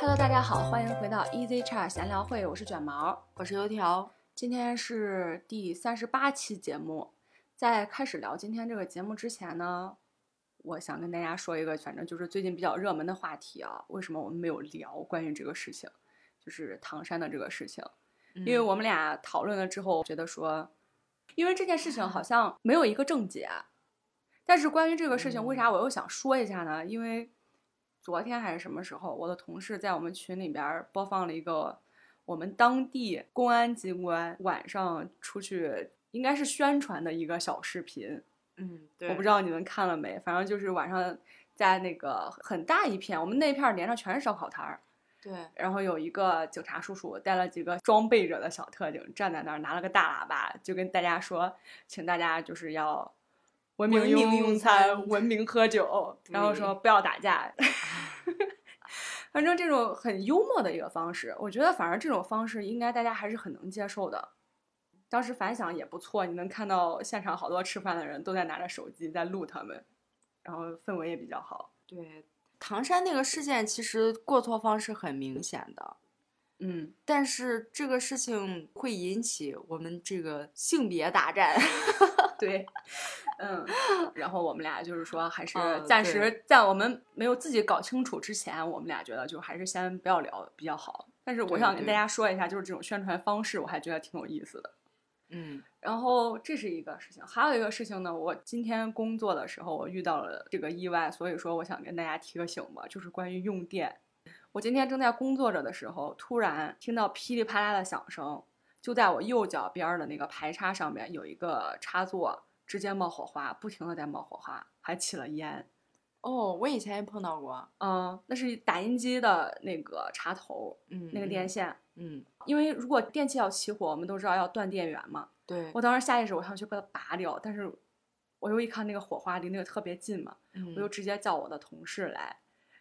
Hello，大家好，欢迎回到 Easy Chat 闲聊会，我是卷毛。我是油条，今天是第三十八期节目，在开始聊今天这个节目之前呢，我想跟大家说一个，反正就是最近比较热门的话题啊，为什么我们没有聊关于这个事情，就是唐山的这个事情。因为嗯我们俩讨论了之后，觉得说，因为这件事情嗯好像没有一个正解，但是关于这个事情，为嗯啥我又想说一下呢？因为昨天还是什么时候，我的同事在我们群里边儿播放了一个我们当地公安机关晚上出去应该是宣传的一个小视频，嗯，对，我不知道你们看了没，反正就是晚上在那个很大一片，我们那片儿连着全是烧烤摊儿。对，然后有一个警察叔叔带了几个装备着的小特警站在那儿，拿了个大喇叭，就跟大家说，请大家就是要文明文明用用餐、餐文明喝 酒，然后说对不要打架。 反正这种很幽默的一个方式，我觉得反而这种方式应该大家还是很能接受的。当时反响也不错，你能看到现场好多吃饭的人都在拿着手机在录他们，然后氛围也比较好。对，唐山那个事件其实过错方是很明显的，嗯，但是这个事情会引起我们这个性别大战。 对，嗯，然后我们俩就是说，还是嗯暂对时在我们没有自己搞清楚之前，我们俩觉得就还是先不要聊比较好。但是我对想跟大对家说一下，就是这种宣传方式，我还觉得挺有意思的。嗯然后这是一个事情，还有一个事情呢，我今天工作的时候我遇到了这个意外，所以说我想跟大家提个醒吧，就是关于用电。我今天正在工作着的时候，突然听到噼里啪啦的响声，就在我右脚边儿的那个排插上面有一个插座直接冒火花，不停的在冒火花，还起了烟。哦，我以前也碰到过，嗯，那是打印机的那个插头，嗯，那个电嗯，线，嗯，因为如果电器要起火，我们都知道要断电源嘛。对，我当时下意识我想去把它拔掉，但是我又一看那个火花离那个特别近嘛，嗯我就直接叫我的同事来，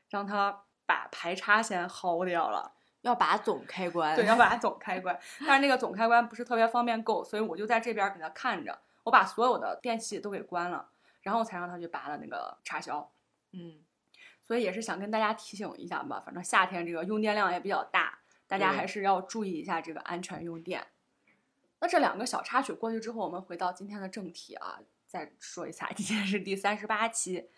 让他把排插先薅掉了，要把总开关，对，要把它总开关。但是那个总开关不是特别方便够，所以我就在这边给他看着，我把所有的电器都给关了，然后才让他去拔的那个插销。嗯，所以也是想跟大家提醒一下吧，反正夏天这个用电量也比较大，大家对还是要注意一下这个安全用电。那这两个小插曲过去之后，我们回到今天的正题啊，再说一下，今天是第三十八期，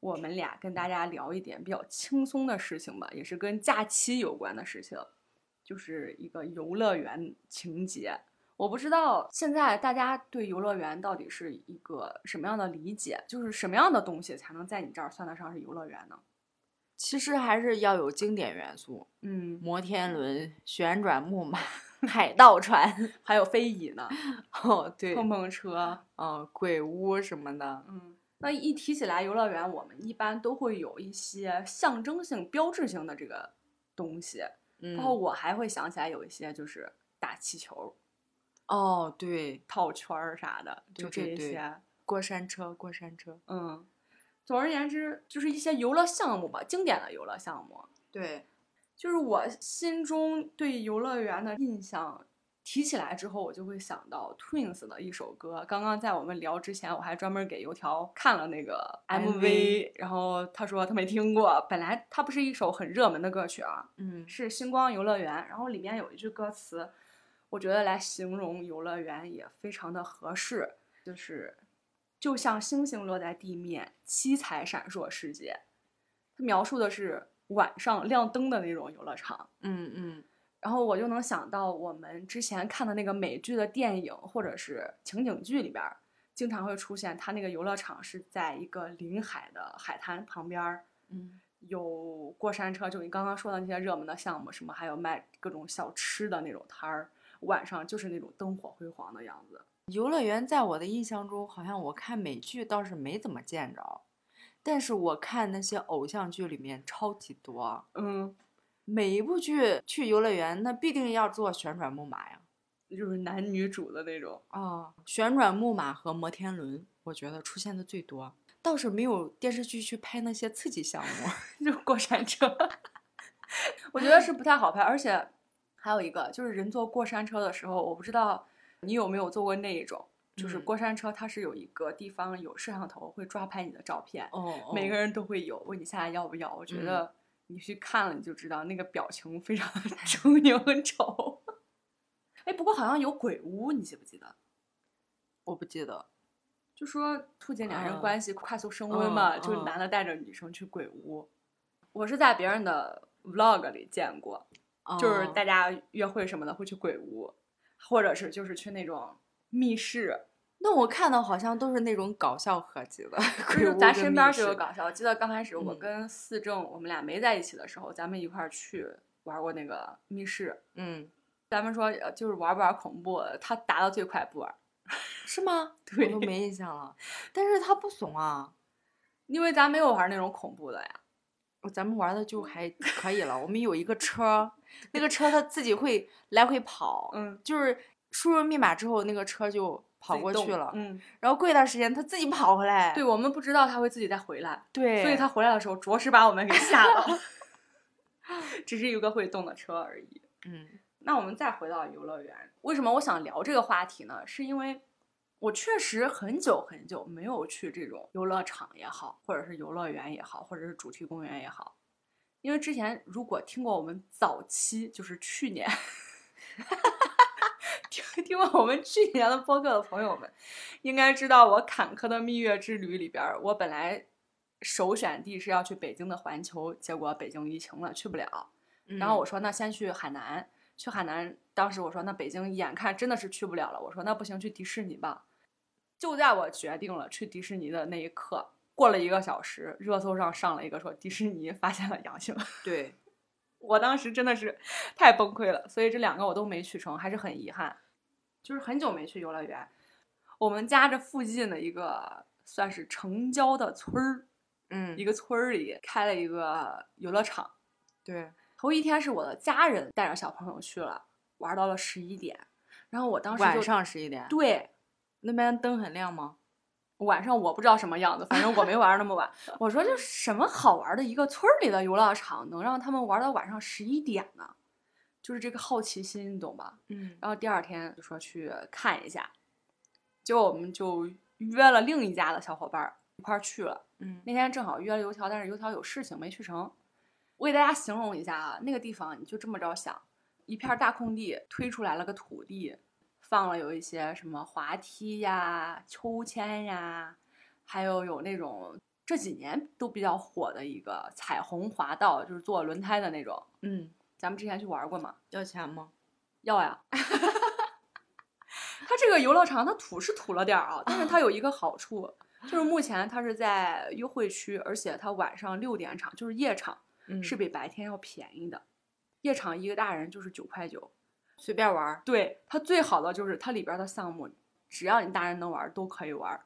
我们俩跟大家聊一点比较轻松的事情吧，也是跟假期有关的事情，就是一个游乐园情节。我不知道现在大家对游乐园到底是一个什么样的理解，就是什么样的东西才能在你这儿算得上是游乐园呢？其实还是要有经典元素，嗯，摩天轮、旋转木马、 海盗船， 还有飞椅呢，哦，对，碰碰车，嗯，鬼屋什么的，嗯，那一提起来游乐园，我们一般都会有一些象征性、标志性的这个东西，嗯，然后我还会想起来有一些就是打气球、哦，对，套圈儿啥的，就对这对一对些，过山车，过山车，嗯。总而言之，就是一些游乐项目吧，经典的游乐项目。对，就是我心中对游乐园的印象，提起来之后，我就会想到 Twins 的一首歌。刚刚在我们聊之前，我还专门给油条看了那个 MV MV，然后他说他没听过。本来它不是一首很热门的歌曲啊，嗯，是星光游乐园，然后里面有一句歌词，我觉得来形容游乐园也非常的合适，就是就像星星落在地面，七彩闪烁世界。它描述的是晚上亮灯的那种游乐场，嗯嗯，然后我就能想到我们之前看的那个美剧的电影或者是情景剧里边儿，经常会出现它那个游乐场是在一个临海的海滩旁边儿，嗯，有过山车，就你刚刚说的那些热门的项目，什么还有卖各种小吃的那种摊儿，晚上就是那种灯火辉煌的样子。游乐园在我的印象中，好像我看美剧倒是没怎么见着，但是我看那些偶像剧里面超级多，嗯，每一部剧去游乐园，那必定要坐旋转木马呀，就是男女主的那种。 啊，旋转木马和摩天轮，我觉得出现的最多，倒是没有电视剧去拍那些刺激项目，就过山车， 我觉得是不太好拍。而且还有一个就是人坐过山车的时候，我不知道你有没有坐过那一种，就是嗯过山车它是有一个地方有摄像头会抓拍你的照片，哦每个人都会有，问你下来要不要。我觉嗯得你去看了你就知道，那个表情非常的狰狞和丑。 哎，不过好像有鬼屋，你记不记得？我不记得。就说兔姐俩人嗯关系快速升温嘛，嗯就嗯男的带着女生去鬼屋。我是在别人的 vlog 里见过，就是嗯大家约会什么的会去鬼屋，或者是就是去那种密室，那我看到好像都是那种搞笑合集的， 就鬼是屋咱跟身密边就室有搞笑。我记得刚开始我嗯跟四正我们俩没在一起的时候，咱们一块儿去玩过那个密室。嗯，咱们说呃就是玩不玩恐怖，他达到最快不 玩，是吗？对我都没印象了。但是他不怂啊， 因为咱没有玩那种恐怖的呀。咱们玩的 就还可以了。我们有一个车儿，那个车它自己会来回跑，嗯，就是输入密码之后，那个车就跑自己过动去了。嗯，然后过一段时间，它自己跑回来。对我们不知道他会自己再回来，对，所以他回来的时候着实把我们给吓 到， 只是一个会动的车而已。嗯那我们再回到游乐园，为什么我想聊这个话题呢？是因为我确实很久很久没有去这种游乐场也好，或者是游乐园也好，或者是主题公园也好。因为之前如果听过我们早期，就是去年， 听听过我们去年的播客的朋友们，应该知道我坎坷的蜜月之旅里边儿，我本来首选地是要去北京的环球，结果北京疫情了，去不了。然后我嗯说那先去海南，去海南，当时我说那北京眼看真的是去不了了，我说那不行，去迪士尼吧。就在我决定了去迪士尼的那一刻，过了一个小时，热搜上上了一个说迪士尼发现了阳性，对， 我当时真的是太崩溃了，所以这两个我都没去成，还是很遗憾。就是很久没去游乐园，我们家这附近的一个算是城郊的村儿，嗯一个村儿里开了一个游乐场。对，头一天是我的家人带着小朋友去了，玩到了十一点，然后我当时就晚上十一点，对那边灯很亮吗？晚上我不知道什么样子，反正我没玩儿那么晚。 我说这什么好玩儿的一个村儿里的游乐场，能让他们玩到晚上十一点呢？就是这个好奇心，你懂吧？嗯然后第二天就说去看一下，结果我们就约了另一家的小伙伴儿一块儿去了。嗯那天正好约了油条，但是油条有事情没去成。我给大家形容一下啊，那个地方你就这么着想，一片大空地，推出来了个土地，放了有一些什么滑梯呀、秋千呀，还有有那种这几年都比较火的一个彩虹滑道，就是坐轮胎的那种。嗯，咱们之前去玩过嘛？要钱吗？要 呀。它这个游乐场它土是土了点儿啊，但是它有一个好处，就是目前它是在优惠区，而且它晚上六点场就是夜场嗯是比白天要便宜的，夜场一个大人就是九块九。随便玩儿。对，它最好的就是它里边儿的项目，只要你大人能玩儿都可以玩儿。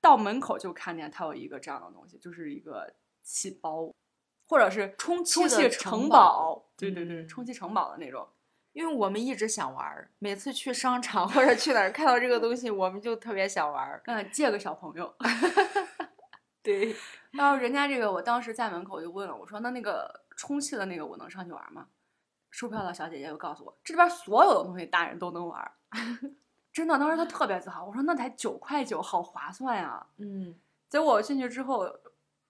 到门口就看见它有一个这样的东西，就是一个气包，或者是充充气气的城城堡堡，对对对，嗯充气城堡的那种。因为我们一直想玩儿，每次去商场 或者去哪儿看到这个东西，我们就特别想玩儿。嗯，借个小朋友。对，然后人家这个，我当时在门口就问了，我说那那个充气的那个我能上去玩吗？售票的小姐姐就告诉我，这边所有的东西大人都能玩儿， 真的。当时她特别自豪，我说那才九块九，好划算呀、嗯，结果我进去之后，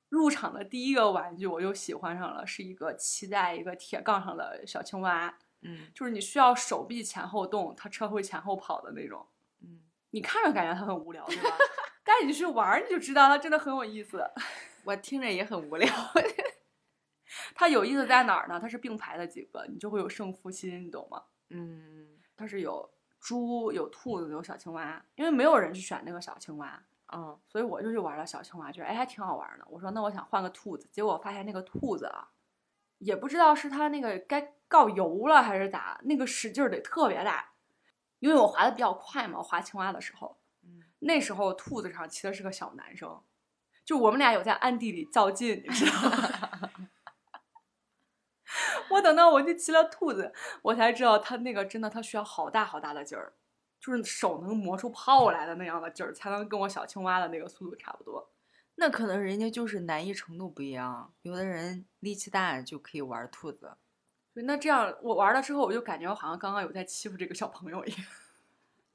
入场的第一个玩具我就喜欢上了，是一个骑在一个铁杠上的小青蛙，嗯就是你需要手臂前后动，它车会前后跑的那种。嗯，你看着感觉它很无聊，对吧？但是你去玩儿，你就知道它真的很有意思。 我听着也很无聊。 它有意思在哪儿呢？它是并排的几个，你就会有胜负心，你懂吗？嗯它是有猪、有兔子、有小青蛙，因为没有人去选那个小青蛙，嗯所以我就去玩了小青蛙，觉得哎还挺好玩的。我说那我想换个兔子，结果我发现那个兔子啊，也不知道是它那个该告油了还是咋，那个使劲儿得特别大，因为我滑的比较快嘛，我滑青蛙的时候，嗯，那时候兔子上骑的是个小男生，就我们俩有在暗地里较劲，你知道吗？ 我等到我去骑了兔子，我才知道他那个真的他需要好大好大的劲儿，就是手能磨出泡来的那样的劲儿，才能跟我小青蛙的那个速度差不多。那可能人家就是难易程度不一样，有的人力气大就可以玩儿兔子。对，那这样我玩了之后，我就感觉我好像刚刚有在欺负这个小朋友一样。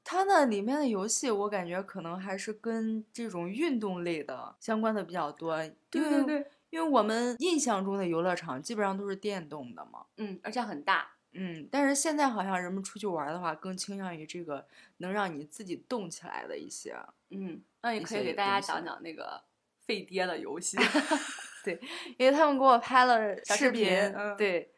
它那里面的游戏，我感觉可能还是跟这种运动类的相关的比较多。因为，对，因为我们印象中的游乐场基本上都是电动的嘛。嗯，而且很大，嗯，但是现在好像人们出去玩儿的话，更倾向于这个能让你自己动起来的一些。啊嗯，那你一可以些给大家东西讲讲那个废爹的游戏， 因为他们给我拍了小视视频嗯对，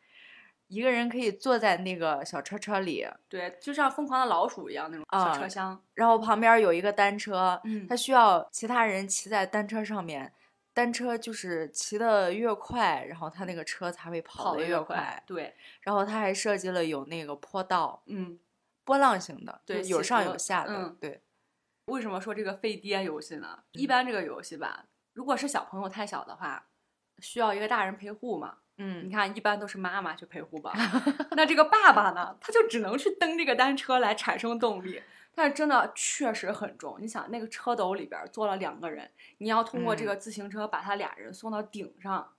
一个人可以坐在那个小车车里，对，就像疯狂的老鼠一样那种小啊车厢，然后旁边有一个单车，嗯他需要其他人骑在单车上面，单车就是骑得越快，然后他那个车才会跑跑得得越快，对，然后他还设计了有那个坡道，嗯，波浪形的，就对有起上伏有下的，嗯对，为什么说这个废爹游戏呢？一嗯般这个游戏吧，如果是小朋友太小的话，需要一个大人陪护嘛。你嗯，看，一般都是妈妈去陪护 吧。那这个爸爸呢，他就只能去蹬这个单车来产生动力。但是真的确实很重，你想那个车斗里边儿坐了两个人，你要通过这嗯个自行车把他俩人送到顶上，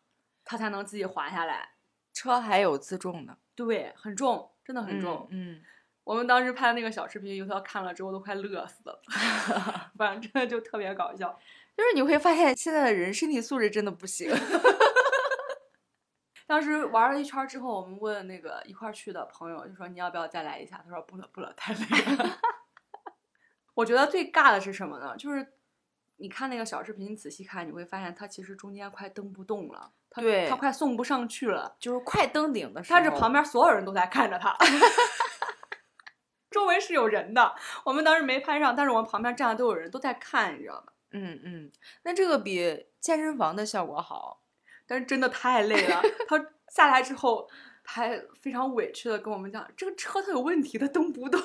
他才能自己滑下来。车还有自重的，对，很重，真的很重。嗯，嗯我们当时拍的那个小视频，尤涛看了之后都快乐死了， 反正真的就特别搞笑。就是你会发现现在的人身体素质真的不行，当时玩了一圈儿之后，我们问那个一块儿去的朋友，就说你要不要再来一下？他说不了不了，太累了。 我觉得最尬的是什么呢？就是你看那个小视频，你仔细看，你会发现它其实中间快蹬不动了，它对它快送不上去了。 就是哦快登顶的时候，但是旁边所有人都在看着他， 周围是有人的。我们当时没拍上，但是我们旁边站的都有人都在看，你知道吗？嗯嗯，那这个比健身房的效果好。但是真的太累了。他下来之后还非常委屈的跟我们讲，这个车它有问题，它蹬不动。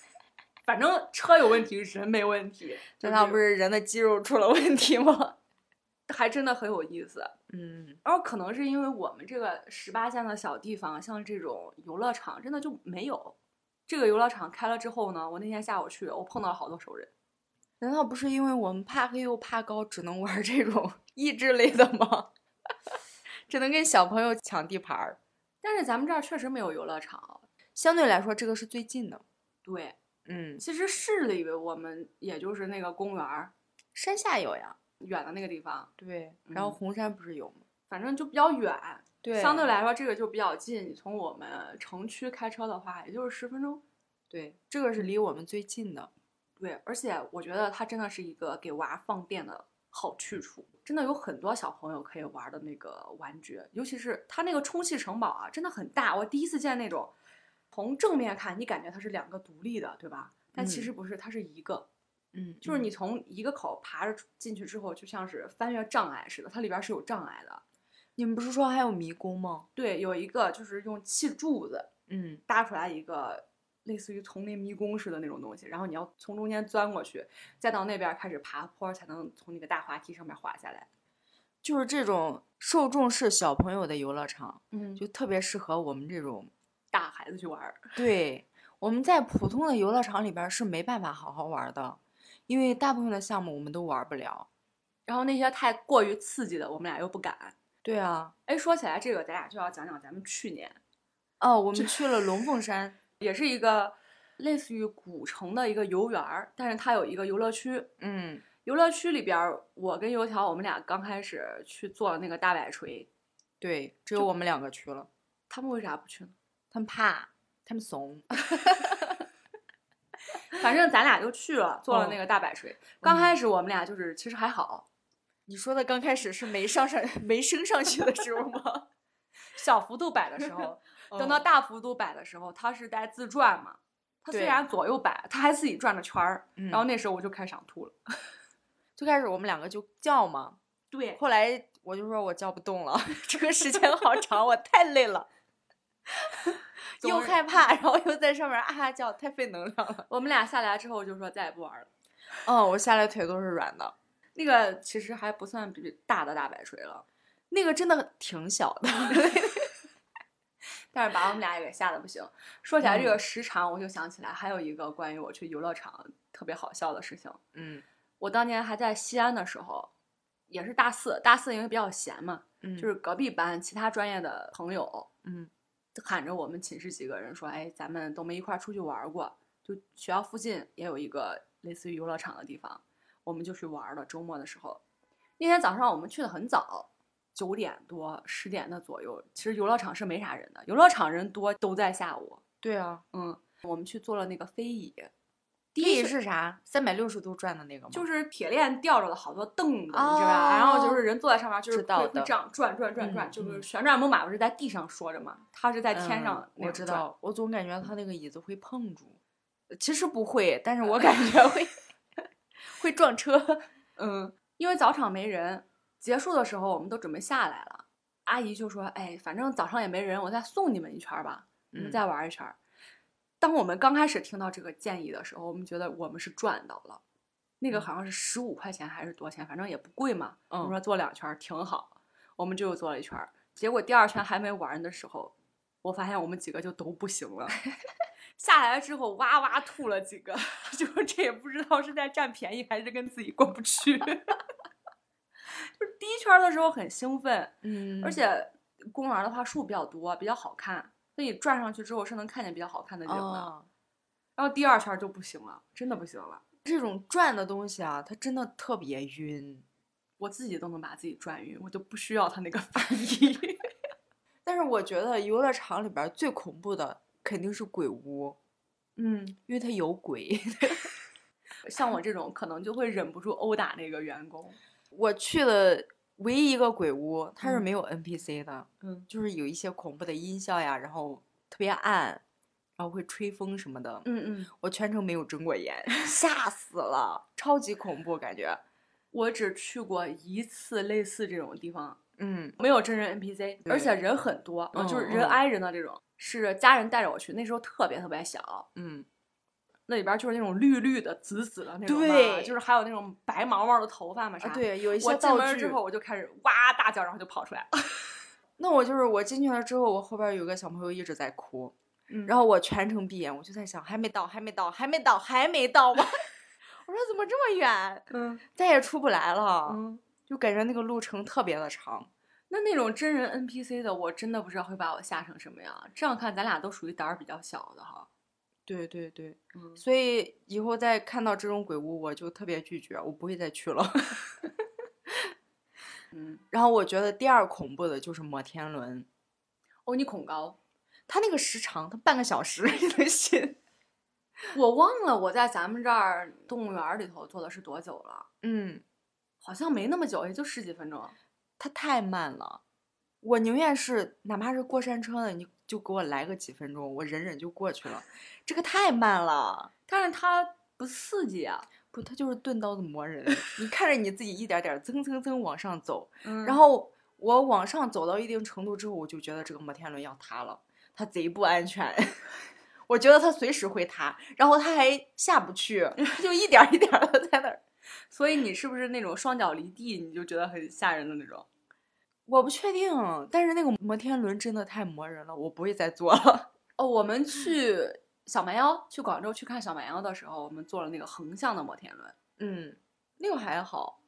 反正车有问题，人没问题，就那不是是人的肌肉出了问题吗？ 还真的很有意思。嗯然后可能是因为我们这个十八线的小地方，像这种游乐场真的就没有。这个游乐场开了之后呢，我那天下午去，我碰到了好多熟人。难道不是因为我们怕黑又怕高，只能玩这种 益智类的吗？ 只能跟小朋友抢地盘儿。但是咱们这儿确实没有游乐场。相对来说，这个是最近的。对，嗯，其实市里我们也就是那个公园儿山下有呀。远的那个地方，对，然后嗯红山不是有吗？反正就比较远。对相对来说这个就比较近。你从我们城区开车的话，也就是十分钟。对，这个是离我们最近的。对，而且我觉得它真的是一个给娃放电的好去处，真的有很多小朋友可以玩的那个玩具，尤其是它那个充气城堡啊，真的很大。我第一次见那种，从正面看你感觉它是两个独立的，对吧？但其嗯实不是，它是一个。嗯，就是嗯你从一个口爬着出进去之后，就像是翻越障碍似的，它里边儿是有障碍的。你们不是说还有迷宫吗？对，有一个就是用气柱子嗯，搭出来一个类似于丛林迷宫似的那种东西，然后你要从中间钻过去，再到那边儿开始爬坡儿，才能从那个大滑梯上面滑下来。就是这种受众是小朋友的游乐场，嗯就就特别适合我们这种大孩子去玩儿。对，我们在普通的游乐场里边儿是没办法好好玩儿的，因为大部分的项目我们都玩儿不了。然后那些太过于刺激的，我们俩又不敢。对啊，哎，说起来这个，咱俩就要讲讲咱们去年哦，我们去了龙凤山，也是一个类似于古城的一个游园儿，但是它有一个游乐区，嗯，游乐区里边儿，我跟油条我们俩刚开始去做那个大摆锤，对，只有我们两个去了，他们为啥不去呢？他们怕，他们怂， 反正咱俩就去了，做了嗯那个大摆锤。刚开始我们俩就是其实还 好，你说的刚开始是没上上没升上去的时候吗？小幅度摆的时 候， 等到嗯大幅度摆的时候，他是带自转嘛，他虽对然左右摆，他还自己转着圈儿。嗯然后那时候我就开始想吐了。最开始我们两个就叫嘛，对，后来我就说我叫不动了，这个时间好长，我太累 了，总又而害怕，然后又在上面啊哈叫，太费能量了。我们俩下来之后就说再也不玩了。嗯，我下来腿都是软的。那个其实还不算比大的大摆锤了，那个真的挺小的，但是把我们俩也给吓得不行。说起来这个嗯时长，我就想起来还有一个关于我去游乐场特别好笑的事情。嗯我当年还在西安的时候，也是大四，大四因为比较闲嘛， 嗯就是隔壁班其他专业的朋友嗯就喊着我们寝室几个人说：“哎，咱们都没一块儿出去玩儿过，就学校附近也有一个类似于游乐场的地方，我们就去玩儿了。”周末的时候，那天早上我们去的很早，九点多、十点的左右，其实游乐场是没啥人的，游乐场人多都在下午。对啊，嗯，我们去坐了那个飞椅，第一一是是啥？三百六十度转的那个吗？就是是铁链吊着的好多凳子，你知道吧？然后就是人坐在上面，就是哦知道会会的这样转转转转，嗯就是嗯旋转木马不是在地上说着嘛，它是在天上那我样转、知道，我总感觉他那个椅子会碰住，其实不会，但是 我感觉会会撞车。嗯，因为早场没人，结束的时候我们都准备下来了，阿姨就说：“哎，反正早上也没人，我再送你们一圈儿吧，你 们嗯再玩一圈儿。当我们刚开始听到这个建议的时候，我们觉得我们是赚到了，那个嗯好像是十五块钱还是多少钱，反正也不贵嘛。我们嗯说做两圈儿挺好，我们就又做了一圈儿。结果第二圈还没玩儿的时候，我发现我们几个就都不行 了。下来之后哇哇吐了几个， 就是这也不知道是在占便宜还是跟自己过不去。 就是第一圈儿的时候很兴奋，嗯而且公园儿的话树比较多，比较好看，所以转上去之后是能看见比较好看的景的。啊，然后第二圈儿就不行了，真的不行了，这种转的东西啊，它真的特别晕。我自己都能把自己转晕，我就不需要他那个 翻译。 但是我觉得游乐场里边儿最恐怖的肯定是鬼屋，嗯，因为它有鬼。 像我这种可能就会忍不住殴打那个员工。我去了唯一一个鬼屋，它是嗯没有 NPC 的，嗯就是有一些恐怖的音效呀，然后特别暗，然后会吹风什么的。嗯嗯，我全程没有睁 过眼，吓死了，超级恐怖感觉。我只去过一次类似这种地方，嗯，没有真人 NPC，而对且人很多，呃就是嗯人嗯挨人的这种。是家人带着我去，那时候特别特别小，嗯，那里边就是那种绿绿的、紫紫的那种嘛，对就是还有那种白毛毛的头发嘛啥。啊，，对，有一我些进道门具之。后我就开始哇大叫，然后就跑出来了。那我就是我进去了之后，我后边有个小朋友一直在哭，嗯然后我全程闭眼，我就在想，还没到，还没到，还没到，还没到吗？ 我说怎么这么远，嗯再也出不来了，嗯，就感觉那个路程特别的长。那那种真人 NPC 的，我真的不知道会把我吓成什么样。这样看，咱俩都属于胆儿比较小的哈。对对对，嗯，所以以后再看到这种鬼屋，我就特别拒绝，我不会再去了。 嗯，然后我觉得第二恐怖的就是摩天轮，哦，你恐高。它那个时长，它半个小时 你能信？我忘了我在咱们这儿动物园儿里头坐的是多久了，嗯，好像没那么久，也就十几分钟。它太慢了，我宁愿是哪怕是过山车的，你就给我来个几分钟，我忍忍就过去了。这个太慢了，但是它不刺激啊。不，它就是钝刀子磨 人，你看着你自己一点点儿蹭蹭蹭往上走，嗯然然后后我往上走到一定程度之后，我就觉得这个摩天轮要塌了，它贼不安全。 我觉得它随时会塌，然后它还下不去，就一点儿一点的在那儿。所以你是不是那种双脚离地你就觉得很吓人的那种？我不确定，但是那个摩天轮真的太磨人了，我不会再坐了。哦，我们去小蛮腰，去广州去看小蛮腰的时候，我们坐了那个横向的摩天轮， 嗯，那个还好，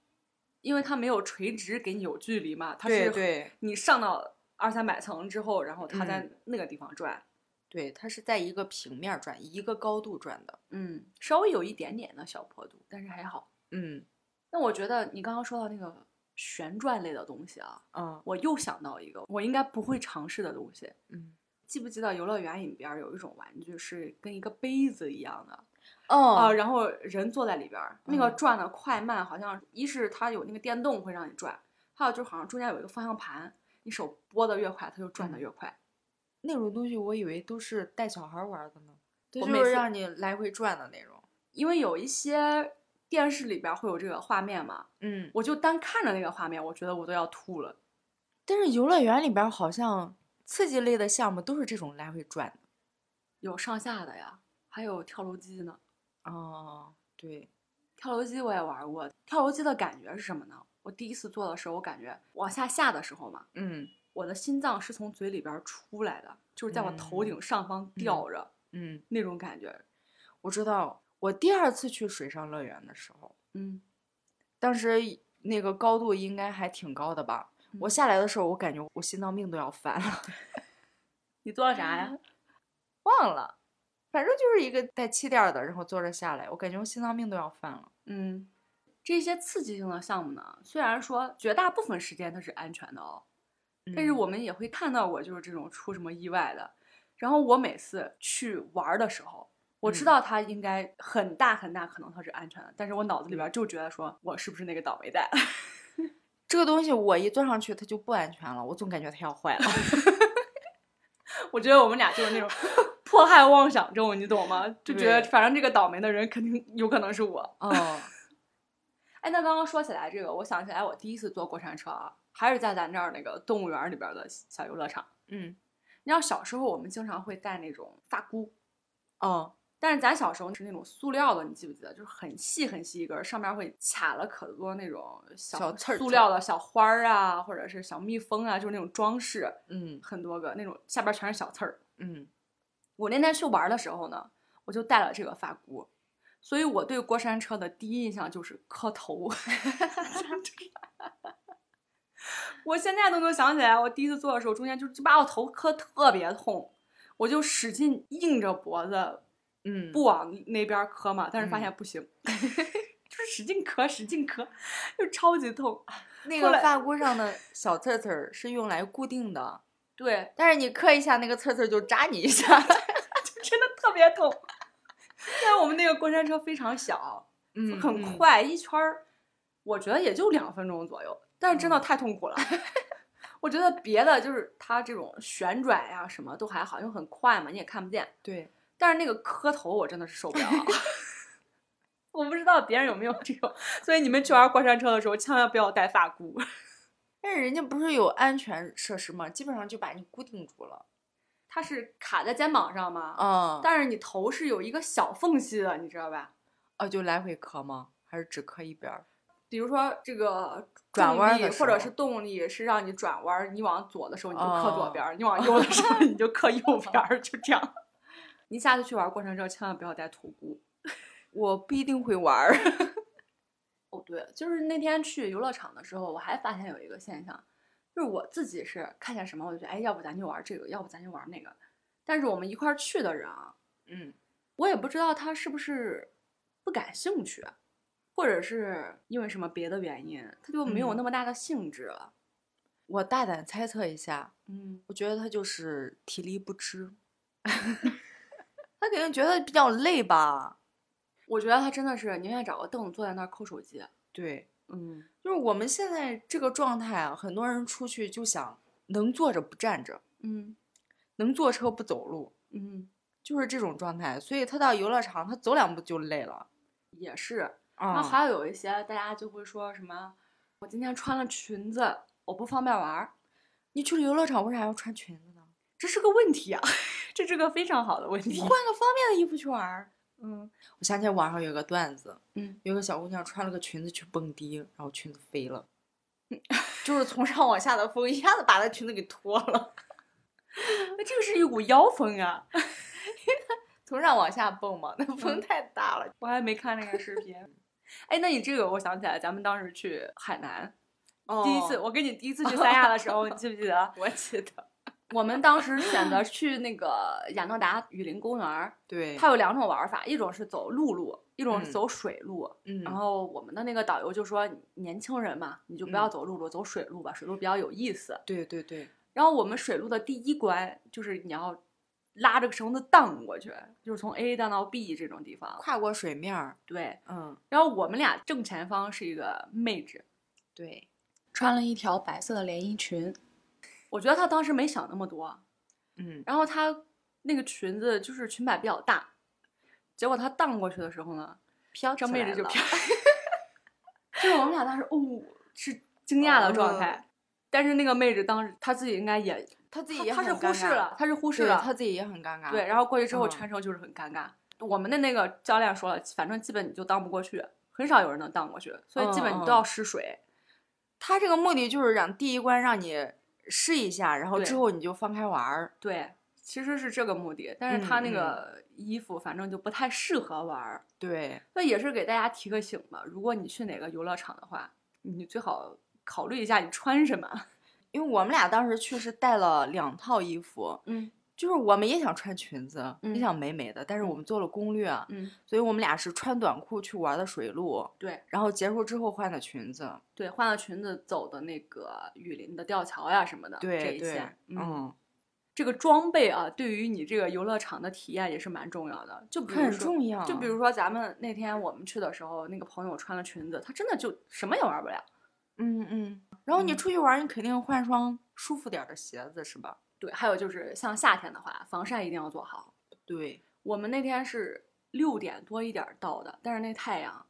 因为它没有垂直给你有距离嘛，它对是对你上到二三百层之后，然后它在嗯那个地方转。对，它是在一个平面儿转，一个高度转的。嗯，稍微有一点点的小坡度，但是还好。嗯那我觉得你刚刚说到那个旋转类的东西啊，啊我又想到一个我应该不会尝试的东西。嗯记不记得游乐园里边儿有一种玩具是跟一个杯子一样的啊、哦然后人坐在里边儿，那个嗯转的快慢好像一是它有那个电动会让你转，还有就是好像中间有一个方向盘，你手拨的越快，它就转的嗯越快。那种东西我以为都是带小孩儿玩儿的呢，它我就每是次让你来回转的那种。因为有一些电视里边儿会有这个画面嘛，嗯，我就单看着那个画面，我觉得我都要吐了。但是游乐园里边儿好像刺激类的项目都是这种来回转的。有上下的呀，还有跳楼机呢。哦，对，跳楼机我也玩过，跳楼机的感觉是什么呢？我第一次做的时候，我感觉往下下的时候嘛，嗯我的心脏是从嘴里边儿出来的，就是在我头顶上方吊着、嗯，那种感觉。我知道。我第二次去水上乐园的时候，嗯，当时那个高度应该还挺高的吧。嗯我下来的时候，我感觉我心脏病都要犯了， 你做了啥呀？忘了，反正就是一个带气垫儿的，然后坐着下来，我感觉我心脏病都要犯了。嗯，这些刺激性的项目呢，虽然说绝大部分时间它是安全的哦，但嗯是我们也会看到过就是这种出什么意外的。然后我每次去玩儿的时候，我知嗯道它应该很大很大可能它是安全的，但是我脑子里边儿就觉得说我是不是那个倒霉蛋？ 这个东西我一坐上去，它就不安全了，我总感觉它要坏了。 我觉得我们俩就是那种 迫害妄想症，你懂吗？就觉得对反正这个倒霉的人肯定有可能是我。嗯，哎，那刚刚说起来这个，我想起来我第一次坐过山车啊，还是在咱这儿那个动物园儿里边儿的小游乐场。嗯，你知道小时候我们经常会带那种发箍，哦，但是咱小时候是那种塑料的，你记不记得？就是很细很细一根儿，上面会卡了可多那种小小刺儿塑刺儿料的小花儿啊，或者是小蜜蜂啊，就是那种装饰，嗯很多个那种下边全是小刺儿。嗯，我那天去玩儿的时候呢，我就带了这个发箍，所以我对过山车的第一印象就是磕头。 我现在都能想起来，我第一次坐的时候，中间就就把我头磕特别痛，我就使劲硬着脖子嗯，不往那边儿磕嘛，但是发嗯现不行， 就是使劲磕，使劲磕，就超级痛。 那后个来发箍上的小刺儿刺儿是用来固定的，对，但是你磕一下，那个刺儿刺儿就扎你一 下。就真的特别痛。 但是我们那个过山车非常小，嗯很，快，一圈儿，我觉得也就两分钟左右，但是真的嗯太痛苦了。 我觉得别的就是它这种旋转呀、什么都还好，因为很快嘛，你也看不见。对，但是那个磕头我真的是受不了。啊 我不知道别人有没有这种，所以你们去玩过山车的时候千万不要带发箍。 但是人家不是有安全设施吗？基本上就把你固定住了。它是卡在肩膀上嘛，嗯，但是你头是有一个小缝隙的，你知道吧？哦，就来回磕吗？还是只磕一边儿？比如说这个转重弯儿力的或时者候是动力是让你转弯儿，你往左的时候你就磕左哦边儿，你往右的时候 你就磕右边儿，就这样。哦 你下次去玩过山车千万不要带头箍。 我不一定会玩儿。哦，对，就是那天去游乐场的时候，我还发现有一个现象，就是我自己是看见什么我就觉得，哎，要不咱就玩这个，要不咱就玩那个。但是我们一块儿去的人啊，嗯，我也不知道他是不是不感兴趣，或者是因为什么别的原因，他就没有嗯那么大的兴致了。我大胆猜测一下，嗯，我觉得他就是体力不支， 他肯定觉得比较累吧？我觉得他真的是宁愿找个凳子坐在那儿抠手机。对，嗯，就是我们现在这个状态啊，很多人出去就想能坐着不站着，嗯能坐车不走路，嗯，就是这种状态。所以他到游乐场，他走两步就累了。也是。啊然后还有一些大家就会说什么，我今天穿了裙子，我不方便玩儿，你去了游乐场为啥要穿裙子呢？这是个问题啊， 这是个非常好的问你题换。个方便的衣服去玩儿。 嗯我想起来网上有个段子，嗯，有个小姑娘穿了个裙子去蹦迪，然后裙子飞了， 就是从上往下的风一下子把她裙子给脱了， 那这个是一股妖风啊！从上往下蹦嘛，那风嗯太大了。我还没看那个视 频。哎，那你这个我想起来，咱们当时去海南，第一次，哦我跟你第一次去三亚的时 候，你记不记得？我记得，我们当时选择去那个雅诺达雨林公园儿，对，它有两种玩法，一种是走陆路，一种是嗯走水路。嗯，然后我们的那个导游就说，年轻人嘛，你就不嗯要走陆路，走水路吧，水路比较有意思。对对对，然后我们水路的第一关就是你要拉着个绳子荡过去，就是从 A 荡到 B 这种地方。跨过水面儿，对，嗯，然后我们俩正前方是一个妹子，对，穿了一条白色的连衣裙，我觉得她当时没想那么多，啊嗯，然后她那个裙子就是裙摆比较大，结果她荡过去的时候呢，飘这起妹来子就了飘， 就是我们俩当时哦是惊讶的状态，但是那个妹子当时她自己应该也她嗯自己她也她是很尴忽视尬了，，她是忽视对了，她自己也很尴尬，对，，然后过去之后嗯全程就是很尴尬。我们的那个教练说了，反正基本你就荡不过去，很少有人能荡过去，所以基本你嗯都要失水。他这个目的就是让第一关让你试一下，然后对之后你就放开玩儿。对，其实是这个目的，但是他那嗯嗯个衣服反正就不太适合玩儿。对，那也是给大家提个醒吧，如果你去哪个游乐场的话，你最好考虑一下你穿什么。因为我们俩当时去是带了两套衣服，嗯就是我们也想穿裙子，嗯也想美美的，但是我们做了攻略，嗯，所以我们俩是穿短裤去玩的水路， 对然后结束之后换的裙子。对，换了裙子走的那个雨林的吊桥呀什么的，这对一对些，，嗯，这个装备啊，对于你这个游乐场的体验也是蛮重要的。就比如很说，重要。就比，如说咱们那天我们去的时候，那个朋友穿了裙子，她真的就什么也玩不了。嗯嗯，然后你嗯出去玩，你肯定换双舒服点儿的鞋子，是吧？对，还有就是像夏天的话，防晒一定要做好。对，我们那天是六点多一点儿到的，但是那太阳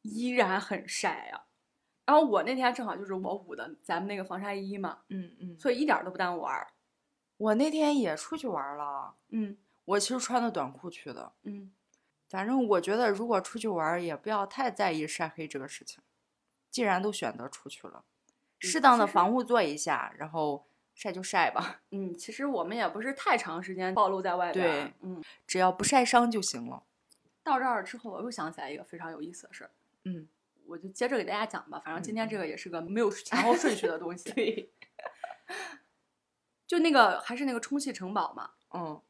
依然很晒呀、然后我那天正好就是我捂的咱们那个防晒衣嘛，嗯嗯。所以一点儿都不耽误玩儿。我那天也出去玩了，嗯我其实穿的短裤去的。嗯，反正我觉得，如果出去玩儿，也不要太在意晒黑这个事情。既然都选择出去了，对适当的其实防护做一下，然后晒就晒吧， 嗯，其实我们也不是太长时间暴露在外边。对，嗯，只要不晒伤就行了。到这儿之后，我又想起来一个非常有意思的事儿，嗯，我就接着给大家讲吧。反正今嗯天嗯这个也是个没有前后顺序的东西。 对， 就那个还是那个充气城堡嘛，嗯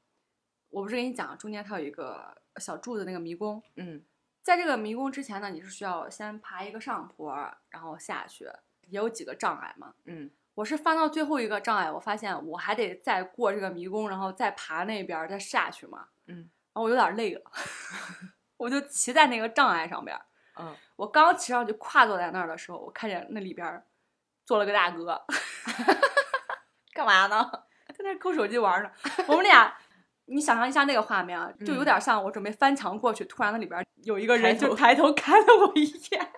我不是跟你讲，中间它有一个小柱子那个迷宫，嗯在这个迷宫之前呢，你是需要先爬一个上坡，然后下去，也有几个障碍嘛。嗯，我是翻到最后一个障碍，我发现我还得再过这个迷宫，然后再爬那边儿，再下去嘛。嗯然后我有点累了， 我就骑在那个障碍上边儿。嗯，我刚骑上去跨坐在那儿的时候，我看见那里边儿坐了个大哥， 干嘛呢？在那儿抠手机玩儿呢。我们俩，你想象一下那个画面啊，就有点像我准备翻墙过去，突然那里边儿有一个人嗯抬就头抬头看了我一眼。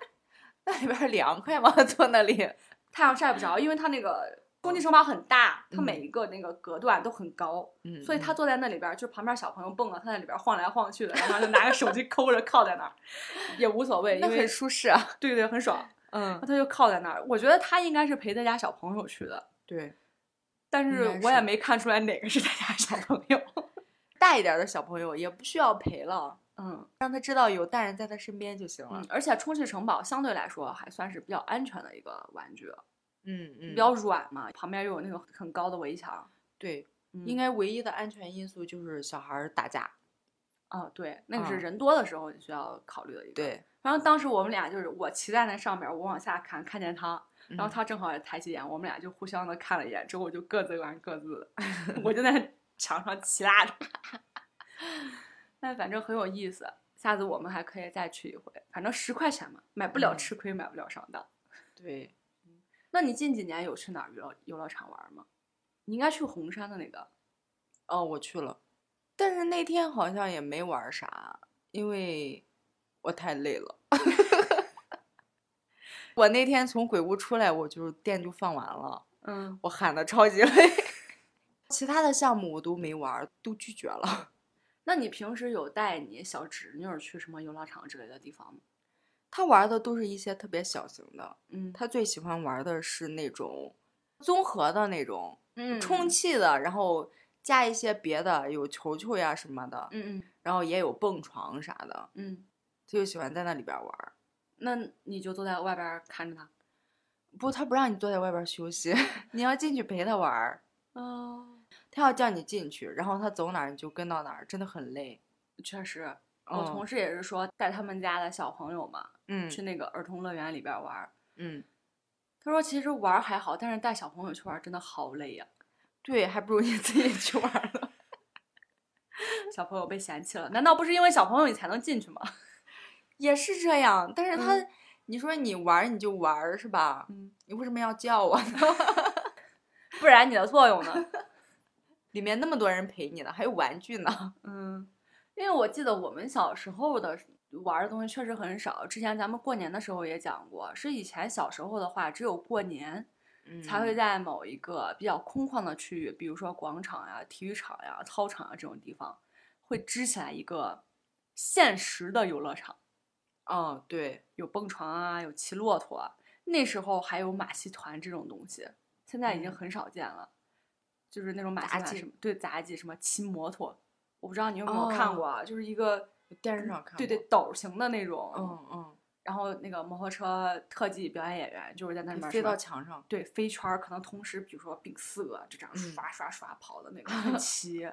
那里边儿凉快吗？ 坐那里？太阳晒不着，因为它那个空气城堡很大，它嗯每一个那个隔断都很高，嗯所以他坐在那里边儿，就旁边小朋友蹦啊，他在里边儿晃来晃去的，然后就拿个手机抠着靠在那儿， 也无所谓，那因为很舒适啊。对对很爽，嗯然后，他就靠在那儿。我觉得他应该是陪他家小朋友去的， 对，但应是该我也是没看出来哪个是他家小朋友。 大一点儿的小朋友也不需要陪了，嗯让他知道有大人在他身边就行了嗯。，而且充气城堡相对来说还算是比较安全的一个玩具，嗯嗯，比较软嘛，旁边又有那种很高的围墙，对，嗯应该唯一的安全因素就是小孩儿打架。啊对，那个是嗯人多的时候你需要考虑的一个。。，然后当时我们俩就是我骑在那上面，我往下看，看见他，然后嗯他正好也抬起眼，我们俩就互相的看了一眼，之后我就各自玩各自的， 我就在墙上骑拉 着。但反正很有意思，下次我们还可以再去一回，反正十块钱嘛，买不了嗯吃亏，买不了上当。对，那你近几年有去哪儿游乐游乐场玩吗？你应该去红山的那个，哦，我去了，但是那天好像也没玩儿啥，因为我太累了。 我那天从鬼屋出来，我就电就放完了，嗯，我喊的超级累。 其他的项目我都没玩儿，都拒绝了。那你平时有带你小侄女儿去什么游乐场之类的地方吗？他玩儿的都是一些特别小型的，嗯，他最喜欢玩儿的是那种综合的那种，嗯充冲，气的，然后加一些别的，有球球呀什么的，嗯嗯然后也有蹦床啥的，嗯，他就喜欢在那里边玩儿。那你就坐在外边儿看着他。不，他不让你坐在外边儿休息， 你要进去陪他玩儿。哦，他要叫你进去，然后他走哪儿你就跟到哪儿，真的很累。确实，嗯我同事也是说带他们家的小朋友嘛，嗯去那个儿童乐园里边儿玩儿。嗯，他说其实玩儿还好，但是带小朋友去玩儿真的好累呀、对，还不如你自 己去玩儿呢。小朋友被嫌弃了，难道不是因为小朋友你才能进去吗？也是这样，但是他，嗯你说你玩儿你就玩儿是吧？嗯，你为什么要叫我呢？ 不然你的作用呢？里面那么多人陪你呢，还有玩具呢。嗯，因为我记得我们小时候的玩儿的东西确实很少。之前咱们过年的时候也讲过，是以前小时候的话，只有过年才会在。在某一个比较空旷的区域，比如说广场呀、体育场呀、操场呀啊这种地方，会支起来一个现实的游乐场，哦，对，有蹦床啊，有骑骆驼啊。那时候还有马戏团这种东西，现在已经嗯很少见了。就是那种马戏杂团技什么对杂技什么骑摩托，我不知道你有没有看哦过啊，就是一个电视上看对对过斗儿型的那种，嗯嗯，然后那个摩托车特技表演演员就是在那里面飞什么到墙上，对飞圈儿，可能同时比如说并四个就这样嗯刷刷刷跑的那 个很齐。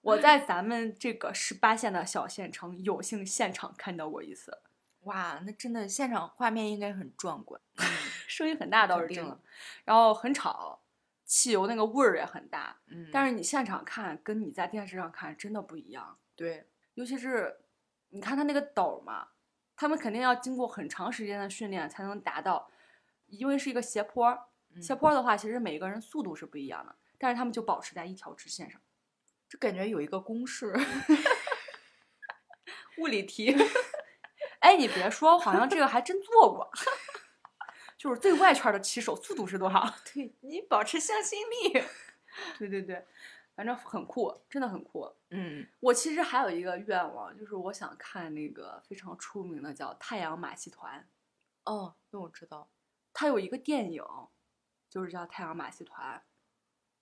我在咱们这个十八线的小县城有幸现场看到过一次，哇，那真的现场画面应该很壮观。嗯声音很大倒是肯真定的了，然后很吵，汽油那个味儿也很大，嗯但是你现场看跟你在电视上看真的不一样，对，尤其是你看他那个斗儿嘛，他们肯定要经过很长时间的训练才能达到，因为是一个斜坡儿，斜像坡儿的话其实每个人速度是不一样的，但是他们就保持在一条直线上。就感觉有一个公式， 物理题。哎，你别说，好像这个还真做过。 就是最外圈的骑手速度是多少？ 对你保持向心力。 对对对，反正很酷，真的很酷。嗯，我其实还有一个愿望，就是我想看那个非常出名的叫《太阳马戏团》，哦，那我知道。它有一个电影，就是叫《太阳马戏团》，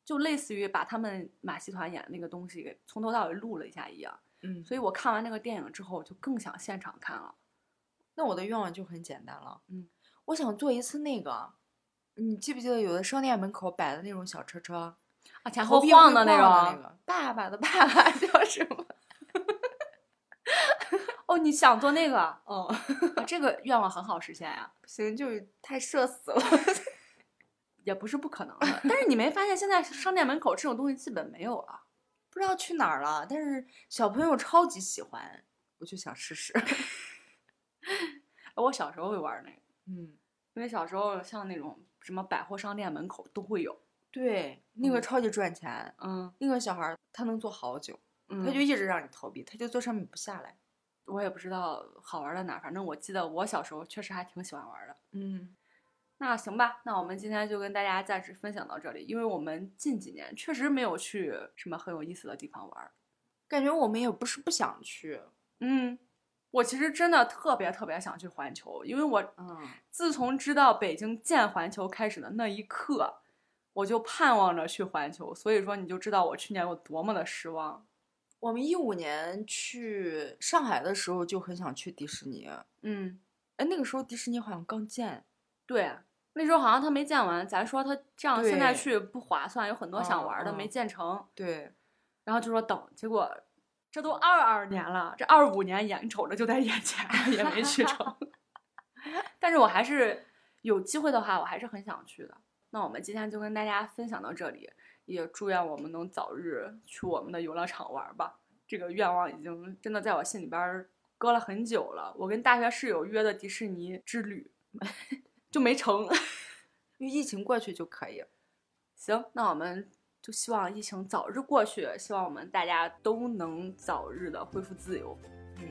就类似于把他们马戏团演的那个东西给从头到尾录了一下一样。嗯，所以我看完那个电影之后，我就更想现场看了。那我的愿望就很简单了。嗯，我想做一次那个，你记不记得有的商店门口摆的那种小车车，啊，前头后屁晃股的那那种，啊个？爸爸的爸爸 叫什么？哦，你想做那个？啊，哦，这个愿望很好实现呀、不行，就是太社死了。 也不是不可能 的。但是你没发现现在商店门口这种东西基本没有了？不知道去哪儿了，但是小朋友超级喜欢，我就想试 试。哎我小时候会玩那个，嗯，因为小时候像那种什么百货商店门口都会有。对，那个嗯超级赚钱，嗯，那个小孩儿他能坐好久，嗯他就一直让你投币，他就坐上面不下来。我也不知道好玩在哪儿，反正我记得我小时候确实还挺喜欢玩的。嗯，那行吧，那我们今天就跟大家暂时分享到这里，因为我们近几年确实没有去什么很有意思的地方玩儿。感觉我们也不是不想去。嗯，我其实真的特别特别想去环球，因为我嗯，自从知道北京建环球开始的那一刻，我就盼望着去环球。所以说，你就知道我去年有多么的失望。我们一五年去上海的时候就很想去迪士尼，嗯，哎，那个时候迪士尼好像刚建，对，啊那时候好像他没建完，咱说他这样现在对去不划算，有很多想玩的嗯嗯没建成，对，然后就说等，结果。这都二二年了，这二五年眼瞅着就在眼前，也没去成。 但是我还是有机会的话，我还是很想去的。那我们今天就跟大家分享到这里，也祝愿我们能早日去我们的游乐场玩儿吧。这个愿望已经真的在我心里边儿搁了很久了。我跟大学室友约的迪士尼之旅 就没成。因为疫情过去就可以。行，那我们就希望疫情早日过去，希望我们大家都能早日的恢复自由。嗯，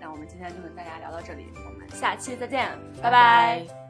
那我们今天就跟大家聊到这里，我们下期再见，拜拜拜拜